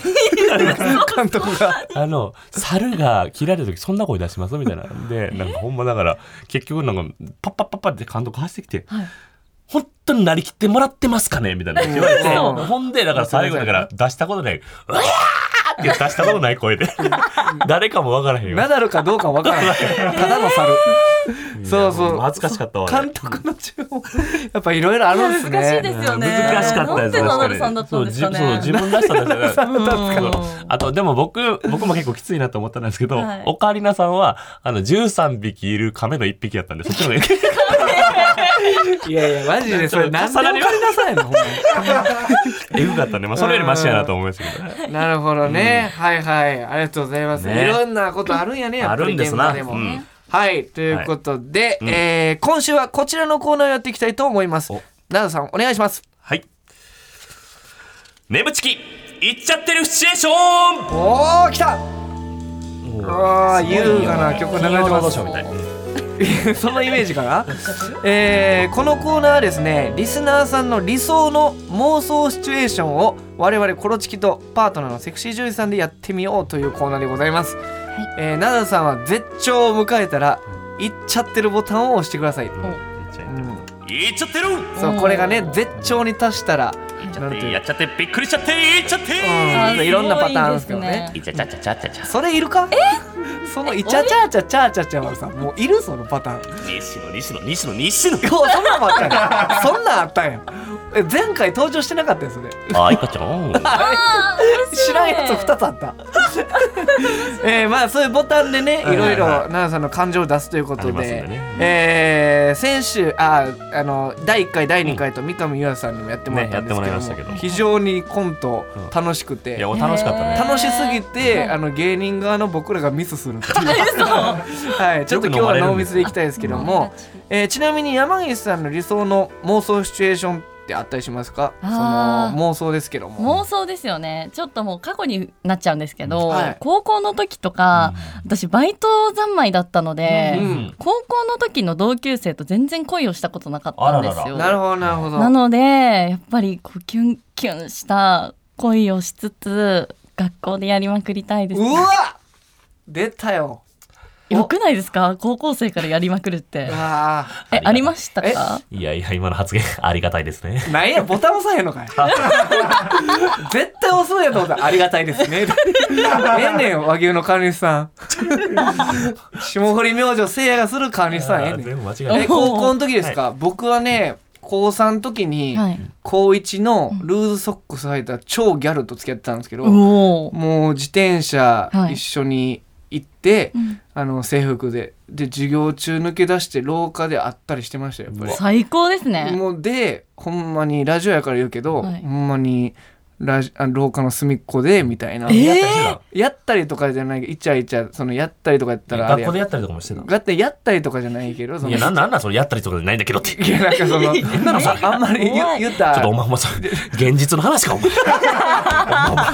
Speaker 2: 監督 が。
Speaker 3: あの、猿が切られるときそんな声出しますみたいな。で、なんかほんまだから、結局なんか、パッパッパッパって監督走ってきて、
Speaker 5: はい
Speaker 3: 本当になりきってもらってますかねみたいなこと言われて、
Speaker 2: うん
Speaker 3: ほんで、だから最後だから出したことない、うわーって出したことない声で。誰かもわからへんよ。
Speaker 2: ナダルかどうかわからない。ただの猿。そうそう。
Speaker 3: 恥ずかしかったわ。
Speaker 2: 監督の注文。やっぱいろいろあるんですね。
Speaker 5: 難しいですよね。
Speaker 3: 難しかったです。
Speaker 5: なんでナダルさんだったんですかね。
Speaker 3: そうじそう自分らしさだった
Speaker 5: んだったんですか
Speaker 3: そうあとでも僕僕も結構きついなと思ったんですけど、
Speaker 5: はい
Speaker 3: オカリナさんはあの13匹いる亀の1匹やったんでそっちの方が
Speaker 2: いやいや、マジで、それ、なんでも借りなさいの、ほんま
Speaker 3: えぐかったんで、まあ、それよりマシやなと思いましたけどね。
Speaker 2: に なるほどね。はいはい。ありがとうございます。
Speaker 3: ね
Speaker 2: いろんなことあるんやね、やっぱ
Speaker 3: ある
Speaker 2: り
Speaker 3: んですな
Speaker 2: 現場でも
Speaker 3: うん。
Speaker 2: はい、ということで、えー今週はこちらのコーナーをやっていきたいと思います
Speaker 3: お。
Speaker 2: ナダさん、お願いします。
Speaker 3: はい。ねぶちき、いっちゃってるシチュエーション
Speaker 2: おー、来たああ、優雅な曲流れ
Speaker 3: 金
Speaker 2: て
Speaker 3: 曜ロー
Speaker 2: ま
Speaker 3: ド
Speaker 2: す
Speaker 3: ショー。みたいな。
Speaker 2: そのイメージかな、えーこのコーナーはですねリスナーさんの理想の妄想シチュエーションを我々コロチキとパートナーのセクシー女優さんでやってみようというコーナーでございます、えーナダさんは絶頂を迎えたら「いっちゃってる」ボタンを押してください、うん
Speaker 3: いっちゃってる
Speaker 2: そうこれがね絶頂に達したらなんていう
Speaker 3: やっちゃって、びっくりしちゃって、いっちゃって
Speaker 2: うんいろんなパターンあるんですけどね
Speaker 5: すごいで
Speaker 3: いちゃちゃちゃちゃちゃちゃ。
Speaker 2: それいるかそのイチャチャチャチャチャチャはさもういるそのパターン
Speaker 3: 西野、西野、西野、西野。
Speaker 2: こうそんなんもあったんやそんなんあったんやえ前回登場してなかったよそれ
Speaker 3: あ、いかちゃん。
Speaker 2: 知らんやつ2つあった。 えー、まあそういうボタンでね、
Speaker 3: はい
Speaker 2: いろ
Speaker 3: はいい
Speaker 2: ろ
Speaker 3: はい
Speaker 2: 奈々さんの感情を出すというこ
Speaker 3: あ
Speaker 2: と
Speaker 3: りますん
Speaker 2: で、
Speaker 3: でね
Speaker 2: えー先週ああの第1回第2回と三上優愛さんにもやってもらったんですけど,、
Speaker 3: ねやってもらいましたけど
Speaker 2: 非常にコント
Speaker 3: うん
Speaker 2: 楽しくて。
Speaker 3: いや、お楽しかったね。
Speaker 2: 楽しすぎて、あの芸人側の僕らがミスするっていうはい、ちょっと今日は濃密でいきたいですけども、えーちなみに山岸さんの理想の妄想シチュエーションってあったりしますかそ
Speaker 5: あ
Speaker 2: の
Speaker 5: ー
Speaker 2: 妄想ですけど
Speaker 5: すね妄想ですよね。ちょっともう過去になっちゃうんですけど、
Speaker 2: はい
Speaker 5: 高校の時とか、私バイト三昧だったので、
Speaker 2: うん
Speaker 5: 高校の時の同級生と全然恋をしたことなかったんですよ。
Speaker 2: なるほどなるほど。
Speaker 5: なのでやっぱりこうキュンキュンした恋をしつつ学校でやりまくりたいです
Speaker 2: うわ出たよ
Speaker 5: よくないですか高校生からやりまくるって
Speaker 2: うわあ
Speaker 5: えありましたか
Speaker 3: いやいや、今の発言ありがたいですね。
Speaker 2: なんやボタン押さへんのかい 絶対押そうやと思ったありがたいですね ええねん和牛の管理師さん霜降り明星せいやがする管理師さんええ
Speaker 3: あー
Speaker 2: ねん
Speaker 3: 全部間違え
Speaker 2: え
Speaker 3: た。
Speaker 2: 高校の時ですか、僕はね高3の時に、
Speaker 5: はい
Speaker 2: 高1のルーズソックス履いた超ギャルと付き合ってたんですけど、
Speaker 5: おお
Speaker 2: もう自転車
Speaker 5: はい
Speaker 2: 一緒に行って、あの制服でで授業中抜け出して廊下で会ったりしてましたよやっぱり。
Speaker 5: 最高ですね
Speaker 2: もうでほんまにラジオやから言うけど、
Speaker 5: はい
Speaker 2: ほんまにラジあ廊下の隅っこでみたいな、
Speaker 5: え
Speaker 3: やってた
Speaker 2: やったりとかじゃないイチャイチャそのやったりとかやったらあれ
Speaker 3: 学
Speaker 2: や
Speaker 3: 校でやったりとかもしてた。
Speaker 2: だってやったりとかじゃないけどその
Speaker 3: いや、なんなんなんそれやったりとかじゃないんだけどって。ち
Speaker 2: いやなんかそのあんまり言
Speaker 5: 怖い
Speaker 2: 言った
Speaker 3: ょっとお前お前それ、現実の話か、お前。お前お前、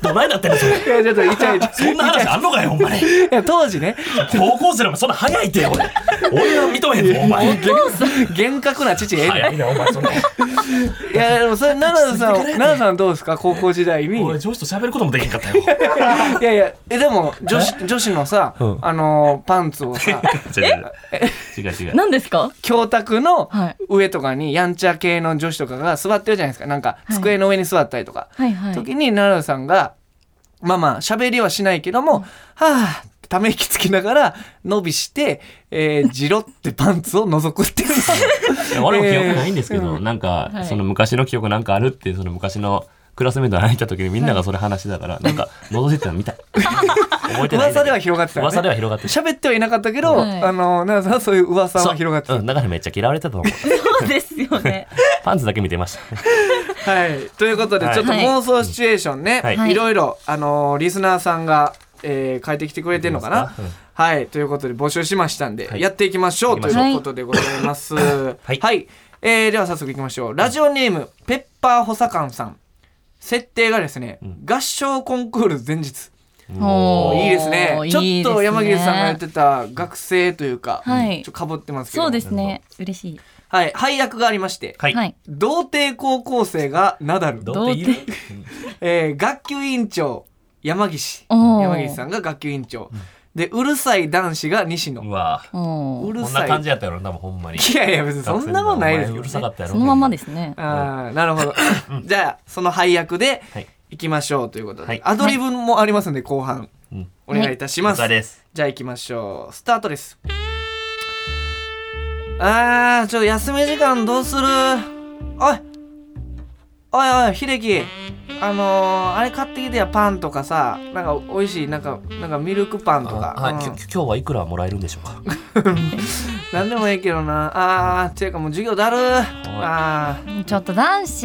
Speaker 3: どないなってんのそれ。
Speaker 2: いやちょっとイチャイチャ
Speaker 3: そんな話あんのかよ、お前。
Speaker 2: いや当時ね
Speaker 3: 高校生でもそんな早いって、俺。俺は認めへんぞ、お前。
Speaker 2: 厳格な父がいる
Speaker 3: 早いな、お前、それ。
Speaker 2: いやでもそれ奈良さん奈良さんどうですか高校時代に
Speaker 3: 俺、
Speaker 2: い
Speaker 3: 上司と喋ることもできんかったよ。
Speaker 2: やいやえでも女子女子のさ
Speaker 3: うん
Speaker 2: あのーパンツを さ
Speaker 3: 違う違う違う違う。
Speaker 5: 何ですか
Speaker 2: 教卓の
Speaker 5: はい
Speaker 2: 上とかにやんちゃ系の女子とかが座ってるじゃないですかなんか
Speaker 5: い
Speaker 2: 机の上に座ったりとか、
Speaker 5: はいはい
Speaker 2: 時に奈良さんがまあまあ喋りはしないけども、はあってため息つきながら伸びして、えー、じろってパンツを覗くっていう の
Speaker 3: いや俺も記憶ないんですけど、なんか、
Speaker 5: はい
Speaker 3: その昔の記憶なんかあるって、その昔のクラスメートが泣いた時にみんながそれ話してたから、なんか、覗いてたの見たい。覚えてないん だけど。
Speaker 2: 噂では広がってたよね
Speaker 3: 噂では広がってた。
Speaker 2: 喋ってはいなかったけど、
Speaker 5: はい
Speaker 2: あの奈良さんはそういう噂は広がってた、
Speaker 3: そううん、だからめっちゃ嫌われてたと 思う。
Speaker 5: そうですよ ね
Speaker 3: パンツだけ見てました。
Speaker 2: はい、ということで、
Speaker 3: はい
Speaker 2: ちょっと妄想シチュエーションね、
Speaker 3: はいい
Speaker 2: ろいろ、あのーリスナーさんが、えー、書いてきてくれてるのかな
Speaker 3: どうです
Speaker 2: はいということで募集しましたんで、
Speaker 3: はい
Speaker 2: やっていきましょう
Speaker 3: いき
Speaker 2: と
Speaker 3: ま
Speaker 2: い
Speaker 3: し
Speaker 5: ょ
Speaker 2: う
Speaker 5: う
Speaker 2: ことでございます はいえーでは早速いきましょうラジオネーム、ペッパー補佐官さん設定がですね、合唱コンクール前日
Speaker 5: おー
Speaker 2: いいですね
Speaker 5: いい
Speaker 2: ち
Speaker 5: です
Speaker 2: ょ
Speaker 5: ね
Speaker 2: っと山岸さんがやってた学生というか、
Speaker 5: はい
Speaker 2: ちょっとかぶってますけど
Speaker 5: そうですね嬉しい
Speaker 2: はい配役がありまして、
Speaker 3: は
Speaker 5: はい。
Speaker 2: 童貞高校生がナダル
Speaker 3: どうって言う
Speaker 2: えー学級委員長山岸
Speaker 5: おー
Speaker 2: 山岸さんが学級委員長、でうるさい男子が西
Speaker 3: う
Speaker 2: 野
Speaker 3: わ
Speaker 5: お
Speaker 2: う
Speaker 5: お
Speaker 2: る
Speaker 3: こん
Speaker 2: さ
Speaker 3: ない感じやったやろ、多分ほんまに。
Speaker 2: いやいや別にそんなことないです
Speaker 3: お前
Speaker 2: よ、
Speaker 3: うるさかったやろ。
Speaker 5: そのまんまですね
Speaker 2: ああなるほ どじゃあその配役で
Speaker 3: はい
Speaker 2: いきましょうということで、
Speaker 3: はい
Speaker 2: アドリブもありますんで後半
Speaker 3: うん
Speaker 2: お願いいたします、
Speaker 3: 了解です
Speaker 2: じゃあ行きましょうスタートですあーちょっと休み時間どうするおいおいおい秀樹あのー、あれ買ってきてやパンとかさなんか美味しいなんかなんかミルクパンとか
Speaker 3: ああ
Speaker 2: うん
Speaker 3: き今日はいくらもらえるんでしょうか。
Speaker 2: なんでもいいけどなあーていうかもう授業だるあ
Speaker 5: ちょっと男子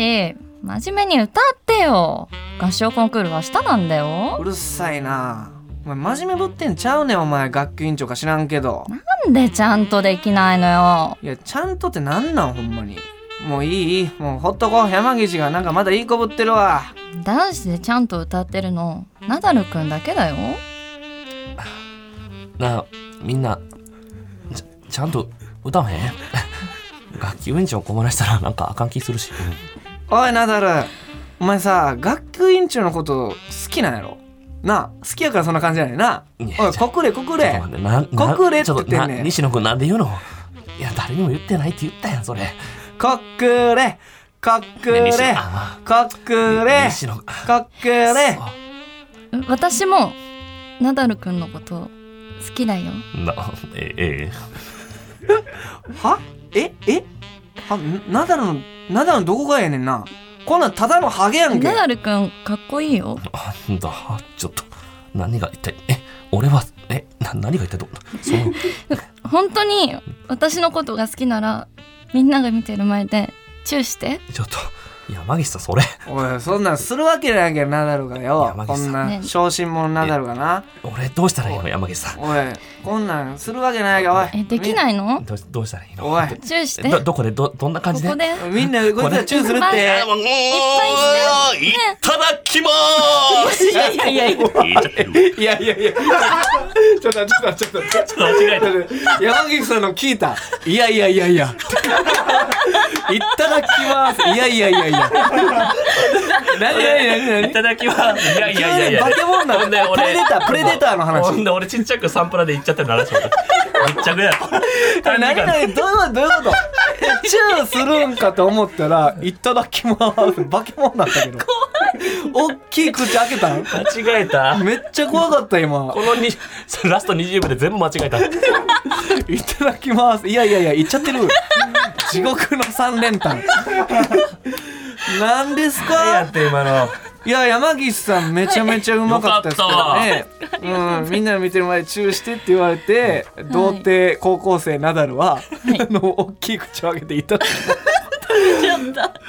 Speaker 5: 真面目に歌ってよ合唱コンクールは明日なんだ
Speaker 2: ーう
Speaker 5: よ
Speaker 2: るさいなお前真面目ぶってんちゃうねんお前学級委員長か知らんけど
Speaker 5: なんでちゃんとできないのよ
Speaker 2: いやちゃんとってなんなんほんまにもういいいいもうほっとこう山岸がなんかまだいいこぶってるわ
Speaker 5: 男子でちゃんと歌ってるのナダルくんだけだよ
Speaker 3: なあみんなちゃちゃんと歌わへん 楽器ウンチを困らしたらなんかあかん気するし、
Speaker 2: おいナダルお前さ学級委員長のこと好きなんやろなあ好きやからそんな感じやねんない
Speaker 3: や
Speaker 2: おい国れ国れ
Speaker 3: ちょっと待ってなな
Speaker 2: 国礼って
Speaker 3: ちょ
Speaker 2: 言っ
Speaker 3: ってと
Speaker 2: んねん
Speaker 3: な西野君なんで言うのいや誰にも言ってないって言ったやんそれ
Speaker 2: 国れ国
Speaker 3: ね
Speaker 2: れ
Speaker 3: 西野あ
Speaker 2: 国
Speaker 3: まあ
Speaker 2: れ
Speaker 3: 西野
Speaker 2: 国れ
Speaker 5: 私もナダルくんのこと好きだよ
Speaker 3: なええ
Speaker 2: はええはナダルのナダルのどこがやねんなこんなんただのハゲやんけ
Speaker 5: ナダルくんかっこいいよ
Speaker 3: あなんだちょっと何が一体え俺はえな何が一体どうその
Speaker 5: 本当に私のことが好きならみんなが見てる前でチューして
Speaker 3: ちょっと山岸さんそれ
Speaker 2: おいそんなんするわけないやんけナダルがよ
Speaker 3: 山
Speaker 2: こ
Speaker 3: 岸さん
Speaker 2: んな小心者ナダルがな
Speaker 3: 俺どうしたらいいの山岸さん
Speaker 2: おいこんなんするわけないやんけおい
Speaker 5: えでき
Speaker 2: い
Speaker 5: ないの
Speaker 3: どうどうしたらいいの
Speaker 2: おい
Speaker 5: チューして
Speaker 3: ど
Speaker 5: こ
Speaker 3: どこでどどんな感じで
Speaker 5: こで
Speaker 2: みんなこいつらチューするっ
Speaker 5: こ
Speaker 2: て
Speaker 5: れ
Speaker 3: もういただきます。
Speaker 5: いやいやいや
Speaker 3: 言っちゃってる
Speaker 2: いやいやいや、ちょっとちょっとちょっとちょっと
Speaker 3: ちょっと間違えた。
Speaker 2: 山岸さんの聞いた。いやいやいやいや。いただきます。いやいやいやいや。何何何
Speaker 3: いただきます。いやいやいやいや。
Speaker 2: バケモンな
Speaker 3: ほ
Speaker 2: ん
Speaker 3: んで
Speaker 2: だ。プ
Speaker 3: 俺
Speaker 2: レデター、プレデターの
Speaker 3: ほ
Speaker 2: 話。
Speaker 3: んで俺ちっちゃくサンプラで言っちゃってるの話めっちゃくや
Speaker 2: これ 何々どういうことどういうことえチューするんかと思ったら「いただきます」化け物だったけど怖い大きい口開けたん
Speaker 3: 間違えた。
Speaker 2: めっちゃ怖かった今
Speaker 3: このに ラスト20秒で全部間違 え
Speaker 2: 「
Speaker 3: た。
Speaker 2: いただきます」いやいやいや言っちゃってる 地獄の三連単何ですか
Speaker 3: て今の。
Speaker 2: いや山岸さんめちゃめちゃうまかったですからね、うん、みんな見てる前でチューしてって言われて、童貞高校生ナダルは、あの大きい口を開けていただきます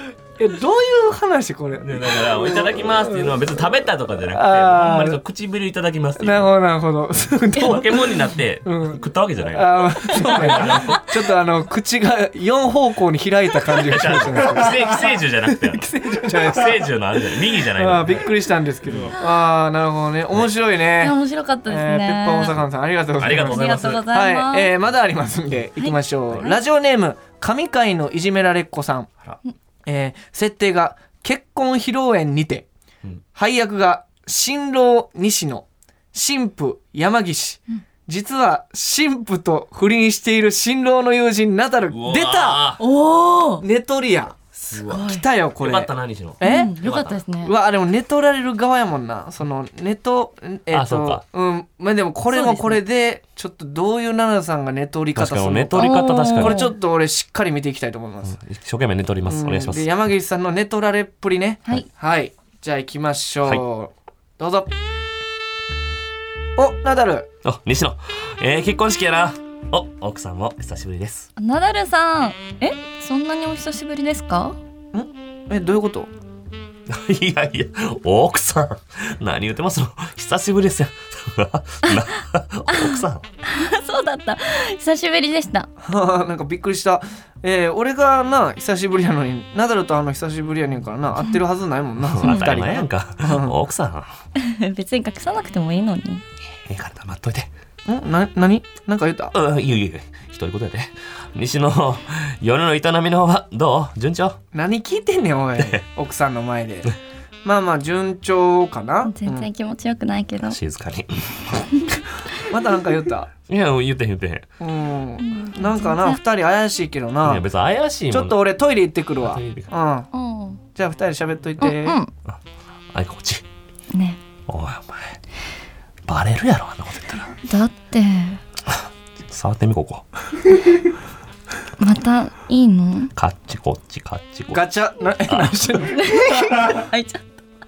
Speaker 2: えどういう話これ
Speaker 3: だから、いただきますっていうのは別に食べたとかじゃなくて、
Speaker 2: あー
Speaker 3: ほんまにそう唇いただきますっていう
Speaker 2: なるほどなるほど。そうど
Speaker 3: ポ
Speaker 2: う
Speaker 3: ケモンになって
Speaker 2: うん
Speaker 3: 食ったわけじゃないか ら。
Speaker 2: あーそうね。ちょっとあの口が四方向に開いた感じがしました ね。
Speaker 3: 寄生寄生獣じゃなくて、寄
Speaker 2: 寄生獣じゃないです
Speaker 3: 生獣のあるじゃない、右じゃないの
Speaker 2: あーびっくりしたんですけど。ああなるほどね。面白い
Speaker 5: いや
Speaker 2: ね。
Speaker 5: 面白かった
Speaker 2: え
Speaker 5: です
Speaker 2: ー
Speaker 5: ね。
Speaker 2: ペッパー大阪さんありがとうござい
Speaker 3: ありがと
Speaker 2: ま
Speaker 3: うご
Speaker 2: す
Speaker 3: ざいます
Speaker 5: ありがとうございます。
Speaker 2: はい、えーまだありますんで行きましょう、ラジオネーム神回のいじめられっ子さん
Speaker 3: あら、
Speaker 2: えー設定が結婚披露宴にて、
Speaker 3: うん
Speaker 2: 配役が新郎西野新婦山岸、実は新婦と不倫している新郎の友人ナダル
Speaker 3: うわー
Speaker 2: 出た
Speaker 5: おお。
Speaker 2: ネトリア
Speaker 3: うわ
Speaker 2: 来たよこ
Speaker 3: よ
Speaker 2: れ
Speaker 3: かったな、西野。
Speaker 2: え、
Speaker 5: うんよかったですね
Speaker 2: う。わでも寝取られる側やもんなその寝とえっ
Speaker 3: あそう
Speaker 2: と
Speaker 3: か
Speaker 2: うんまあでもこれもこれでちょっとどういう奈々さんが寝取り方す
Speaker 3: 確
Speaker 2: るの
Speaker 3: かに、
Speaker 2: か
Speaker 3: 寝取り方確かに。
Speaker 2: これちょっと俺しっかり見ていきたいと思います。
Speaker 3: 一生懸命寝取ります。お願いし
Speaker 2: う
Speaker 3: ま
Speaker 2: ん
Speaker 3: す
Speaker 2: で。山岸さんの寝取られっぷりね。
Speaker 5: はい。
Speaker 2: じゃあ行きましょう。どうぞ。おナダル。
Speaker 3: あ、西野。えー、結婚式やな。お、奥さんも久しぶりです。
Speaker 5: ナダルさん、え、そんなにお久しぶりですか？
Speaker 2: えどういうこと？
Speaker 3: いやいや、奥さん。何言ってますの久しぶりですよ。な な奥 さん。
Speaker 5: そうだった。久しぶりでした。
Speaker 2: なんかびっくりした。えー俺がな久しぶりやのにナダルとあの久しぶりやねんからな会ってるはずないもんな。その 二
Speaker 3: 当たり
Speaker 2: 人
Speaker 3: 前やんか。奥さん。
Speaker 5: 別に隠さなくてもいいのに。
Speaker 3: ええから黙っといて。
Speaker 2: んな何？なんか言った？
Speaker 3: うん、いやいやいや、ひどいことやで。西野、夜の営みの方はどう順調
Speaker 2: 何聞いてんねんおい 奥さんの前で。まあまあ順調かな。
Speaker 5: 全
Speaker 2: うん
Speaker 5: 然気持ちよくないけど。
Speaker 3: 静かに。
Speaker 2: またなんか言った。
Speaker 3: いや、言ってへん言ってへん。
Speaker 2: う
Speaker 3: い
Speaker 2: ん、なんかな2人怪しいけど
Speaker 3: や、
Speaker 2: な
Speaker 3: 別に怪しいもん。
Speaker 2: ちょっと俺トイレ行ってくるわ、
Speaker 3: ト
Speaker 2: う
Speaker 3: イレ
Speaker 2: ん、
Speaker 3: 行って
Speaker 2: じ
Speaker 3: く
Speaker 2: ゃあ
Speaker 5: うん。
Speaker 2: 2人喋っというて、
Speaker 5: ん。
Speaker 3: あい、こっち。
Speaker 5: うん。ね。
Speaker 3: おい、お前。バレるやろ、あんなこと言ったら。
Speaker 5: だって
Speaker 3: 触ってみ、ここ。
Speaker 5: またいいの？
Speaker 3: カッチ、こっち、カッチ、こっち。
Speaker 2: ガチャな何してんの
Speaker 5: あいちゃ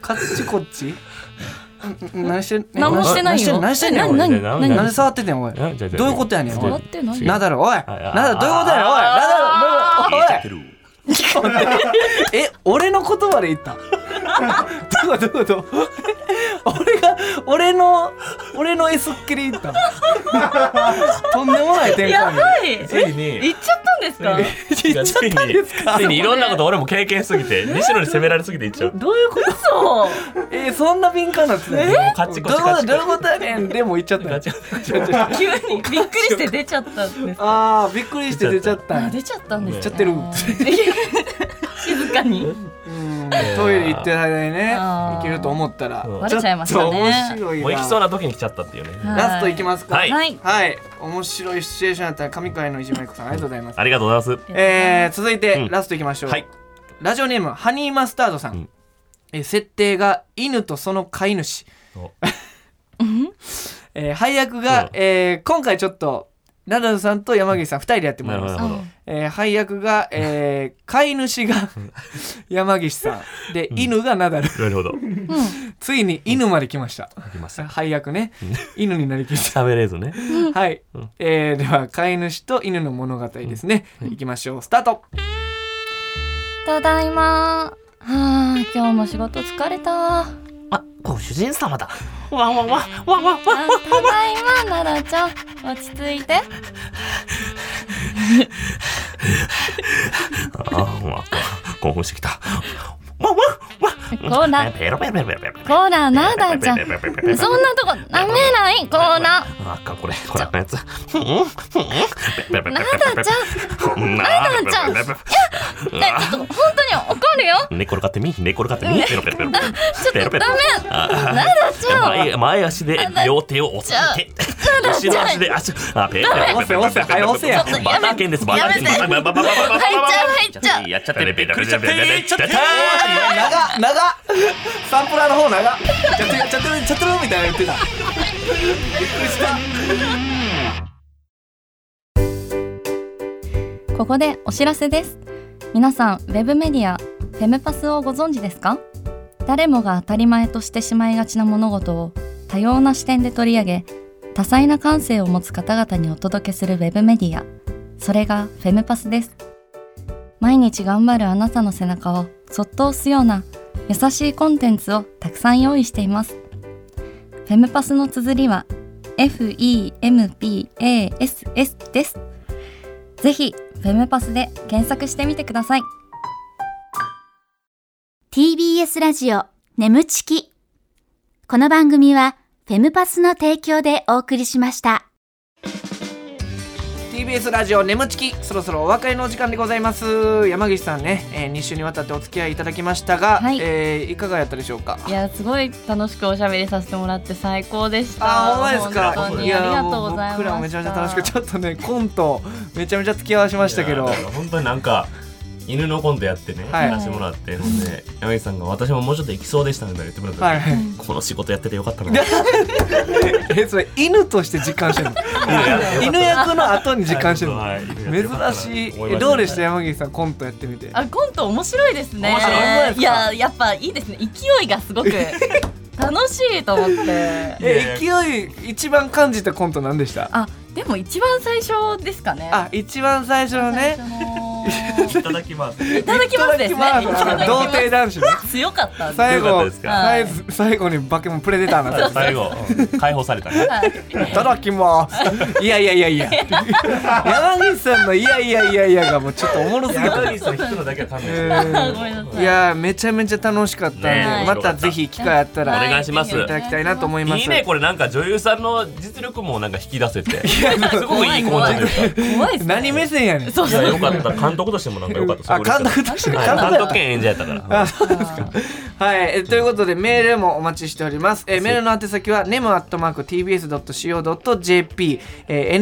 Speaker 2: カッチこっちんん何してん
Speaker 5: 何もしてないよ。
Speaker 2: 何してんねん
Speaker 5: え
Speaker 2: おい
Speaker 5: 何
Speaker 3: 何
Speaker 5: 何
Speaker 2: 何
Speaker 5: 何
Speaker 2: で触ってんねんおい
Speaker 3: えじゃあじゃあ
Speaker 2: どういうことやねん
Speaker 3: じゃ
Speaker 2: お
Speaker 3: あ
Speaker 2: い
Speaker 5: 触ってないよ。
Speaker 2: ナダルおいナ
Speaker 3: あ
Speaker 2: ダルどういうことやねんおいナダルどういうことおいえ俺の言葉で言ったどういうことどういうこと俺が俺の俺の S っきり言ったとんでもない展開
Speaker 5: やばい。
Speaker 3: ついに。
Speaker 5: 行っちゃったんですか？
Speaker 3: いやついについにいろんなこと俺も経験しすぎて西野に責められすぎていっちゃう
Speaker 2: どういうこと
Speaker 5: そう。
Speaker 2: えー、そんな敏感なんですね
Speaker 3: うカチコ
Speaker 2: どう
Speaker 3: チ
Speaker 2: いうことどう
Speaker 3: カ
Speaker 2: いうことやねんでも言っちゃった
Speaker 3: ガチャ
Speaker 5: 急にびっくりして出ちゃったんです。
Speaker 2: あーびっくりして出ちゃった
Speaker 5: あ
Speaker 2: んや
Speaker 5: 出ちゃったんです、
Speaker 2: 出
Speaker 5: ね。
Speaker 2: ちゃってる
Speaker 5: 静かに。
Speaker 2: うんトイレ行ってる間にね
Speaker 5: あー
Speaker 2: 行けると思ったら
Speaker 3: うん
Speaker 5: バレちゃいまし
Speaker 2: ち
Speaker 5: たね
Speaker 2: ょっと面白いな
Speaker 3: もう行きそうな時に来ちゃったっていうね
Speaker 5: はい
Speaker 2: ラスト行きますか
Speaker 3: はい
Speaker 5: はい。
Speaker 2: はい面白いシチュエーションだったら神回のいじめっ子さんありがとうございます
Speaker 3: ありがとうございます
Speaker 2: えー、続いて、
Speaker 3: うん
Speaker 2: ラストいきましょう、
Speaker 3: はい
Speaker 2: ラジオネームハニーマスタードさん、
Speaker 3: うん
Speaker 2: えー設定が犬とその飼い主
Speaker 3: お、
Speaker 2: えー配役が、
Speaker 3: うん
Speaker 2: えー今回ちょっとナダルさんと山岸さん2人でやってもらいま
Speaker 3: な
Speaker 2: す
Speaker 3: る、ほど
Speaker 2: えー配役が、えー飼い主 が山岸さんで犬がナダル、
Speaker 3: なるほど
Speaker 2: ついに犬まで来ました、
Speaker 3: 行きます
Speaker 2: 配役ね犬になりき った
Speaker 3: 喋れずね
Speaker 2: はい、
Speaker 3: うん
Speaker 2: えーでは飼い主と犬の物語ですね、いきましょうスタート
Speaker 5: ただいま。はあ、今日も仕事疲れた。あ、
Speaker 3: あご主人様だわわわわわ
Speaker 5: ただいま、奈良ちゃん。落ち着いて。
Speaker 3: あわわ興奮してきたわわわ
Speaker 5: コーナー
Speaker 3: ペロペロペロペロペロペロ。
Speaker 5: コーナーなだちゃん
Speaker 3: ペロペロペロペロペロペロペロペロ
Speaker 5: そんなとこ舐めないコーナー
Speaker 3: あかんこれこれあかんやつ。な
Speaker 5: なだち
Speaker 3: ゃん。な
Speaker 5: なだちゃんねちょっと本当に怒るよ
Speaker 3: 寝転がってみ寝転がってみペロペロペロペロ
Speaker 5: ちょっとダメなだちゃん
Speaker 3: 前前足で両手を押さえて後ろ足で足あペロペロペロペロペロペロペロ
Speaker 2: 押せ押せはい押せ
Speaker 5: や
Speaker 3: バター犬ですバター犬
Speaker 5: やめ
Speaker 3: バター犬
Speaker 5: 入っちゃう入っちゃう
Speaker 3: やっちゃってるびっくりしちゃって
Speaker 2: 長長サンプラーの方長ちゃってるちゃってるちゃってるみたいな言ってたびっくりした
Speaker 5: ここでお知らせです皆さんウェブメディアフェムパスをご存知ですか誰もが当たり前としてしまいがちな物事を多様な視点で取り上げ多彩な感性を持つ方々にお届けするウェブメディアそれがフェムパスです毎日頑張るあなたの背中をそっと押すような優しいコンテンツをたくさん用意していますフェムパスの綴りは FEMPASS ですぜひフェムパスで検索してみてください
Speaker 4: TBS ラジオ眠ちき。この番組はフェムパスの提供でお送りしました。
Speaker 2: TBS ラジオ眠ちきそろそろお別れのお時間でございます山岸さんね、えー、2週にわたってお付き合いいただきましたが、
Speaker 5: はい
Speaker 2: えーいかがやったでしょうか
Speaker 5: いやすごい楽しくおしゃべりさせてもらって最高でした。
Speaker 2: あー、ほんまですか。
Speaker 5: 本当
Speaker 2: い
Speaker 5: にあ
Speaker 2: や
Speaker 5: りがとう
Speaker 2: も
Speaker 5: ございました。
Speaker 2: 僕らもめちゃめちゃ楽しく、ちょっとね、コント、めちゃめちゃ付き合わしましたけど。
Speaker 3: 本当になんか犬のコントやってね
Speaker 2: はい
Speaker 3: 話してもらってほんで山口さんが私ももうちょっと行きそうでしたみたいな言ってくれた
Speaker 2: はい
Speaker 3: んで。この仕事やっててよかったな
Speaker 2: え、それ、犬として実感してるの犬役の後に実感してるの
Speaker 3: はい
Speaker 2: 珍しい。え、どうでした山岸さん、コントやってみて。
Speaker 5: あコント面白いですね。
Speaker 2: 面白い
Speaker 5: いややっぱいいですね。勢いがすごく 楽しいと思って。
Speaker 2: え、勢い、一番感じたコント何でした
Speaker 5: あでも一番最初ですかね。
Speaker 2: あ、一番最初のね。
Speaker 5: 最初の
Speaker 3: いただきます
Speaker 5: いただきますです
Speaker 2: い
Speaker 5: ね。
Speaker 2: ただきますあの童貞男 子ね。
Speaker 5: 強かったんで。
Speaker 2: 最
Speaker 3: よかっ
Speaker 2: 後
Speaker 3: たです、か
Speaker 2: 最後最後にバケモンプレデターなんです。
Speaker 3: 最後解放されたね
Speaker 2: いただきます。いやいやいや いや。山岸さんのいやいやいやいやがもうちょっとおもろすぎた。
Speaker 3: 口 さん引くのだけは勘弁して
Speaker 5: ごめんなさい。
Speaker 2: いやーめちゃめちゃ楽しかったんで、
Speaker 3: ねえ
Speaker 2: またぜひ機会あったら、
Speaker 3: お
Speaker 5: は
Speaker 3: 願いします
Speaker 2: いただきたいなと思います。
Speaker 3: いいねこれなんか女優さんの実力もなんか引き出せてすごくいいコン
Speaker 5: 怖
Speaker 3: ト
Speaker 5: い
Speaker 3: で
Speaker 5: 怖い
Speaker 3: し
Speaker 5: 怖いですね。
Speaker 2: 何目線やねん。
Speaker 5: そう
Speaker 3: たい
Speaker 5: そ
Speaker 3: や
Speaker 5: う。
Speaker 3: よかった監督としてもなんかよかった
Speaker 2: あ監督として
Speaker 3: はい
Speaker 2: 監督
Speaker 3: 監
Speaker 2: やった
Speaker 3: 督兼演者やったから
Speaker 2: あそうですか。はい、えということでメールもお待ちしております。えメールの宛先は nemu@tbs.co.jp、えー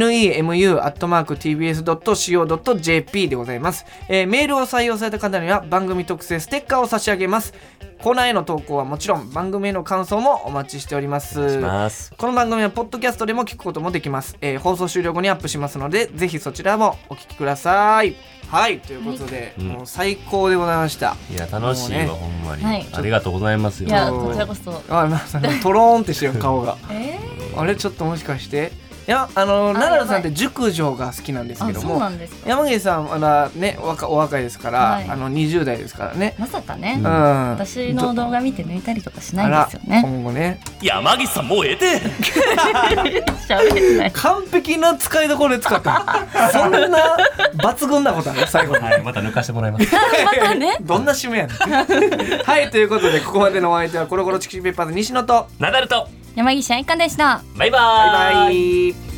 Speaker 2: nemu@tbs.co.jp でございます、えーメールを採用された方には番組特製ステッカーを差し上げます。コーナーへの投稿はもちろん番組への感想もお待ちしております。
Speaker 3: ます
Speaker 2: この番組はポッドキャストでも聞くこともできます、えー放送終了後にアップしますのでぜひそちらもお聞きくださいはいということで、
Speaker 3: うん
Speaker 2: もう最高でございました
Speaker 3: いや楽しいわ
Speaker 2: もうね
Speaker 3: ほんまに
Speaker 5: はい
Speaker 3: ありがとうございますよ
Speaker 5: いやこちらこそ。
Speaker 2: あまあトローンってしてる顔 が
Speaker 5: え
Speaker 2: あれちょっともしかしていやあの
Speaker 5: あ
Speaker 2: 奈良さんっ
Speaker 5: やば
Speaker 2: て熟女が好きなんですけ
Speaker 5: あ
Speaker 2: ど
Speaker 5: そう
Speaker 2: も
Speaker 5: なんですか。
Speaker 2: 山岸さんはねお若お若いですから、
Speaker 5: はい
Speaker 2: あの20代ですからね
Speaker 5: まさか
Speaker 2: う
Speaker 5: ね
Speaker 2: ん。
Speaker 5: 私の動画見て抜いたりとかし
Speaker 2: あ
Speaker 5: な
Speaker 2: ら
Speaker 5: いですよね。
Speaker 2: 今後ね
Speaker 3: 山岸さんもうええて
Speaker 5: 喋れてない。
Speaker 2: 完璧な使いどころで使った そんな抜群なことある最後に
Speaker 3: はいまた抜かしてもら います
Speaker 5: またね。
Speaker 2: どんな締めやねん はいということでここまでのお相手はコロコロチキチキペッパーズ西野と
Speaker 3: ナダルと
Speaker 5: 山岸愛香でした。
Speaker 3: バイバーイ
Speaker 2: バイバイ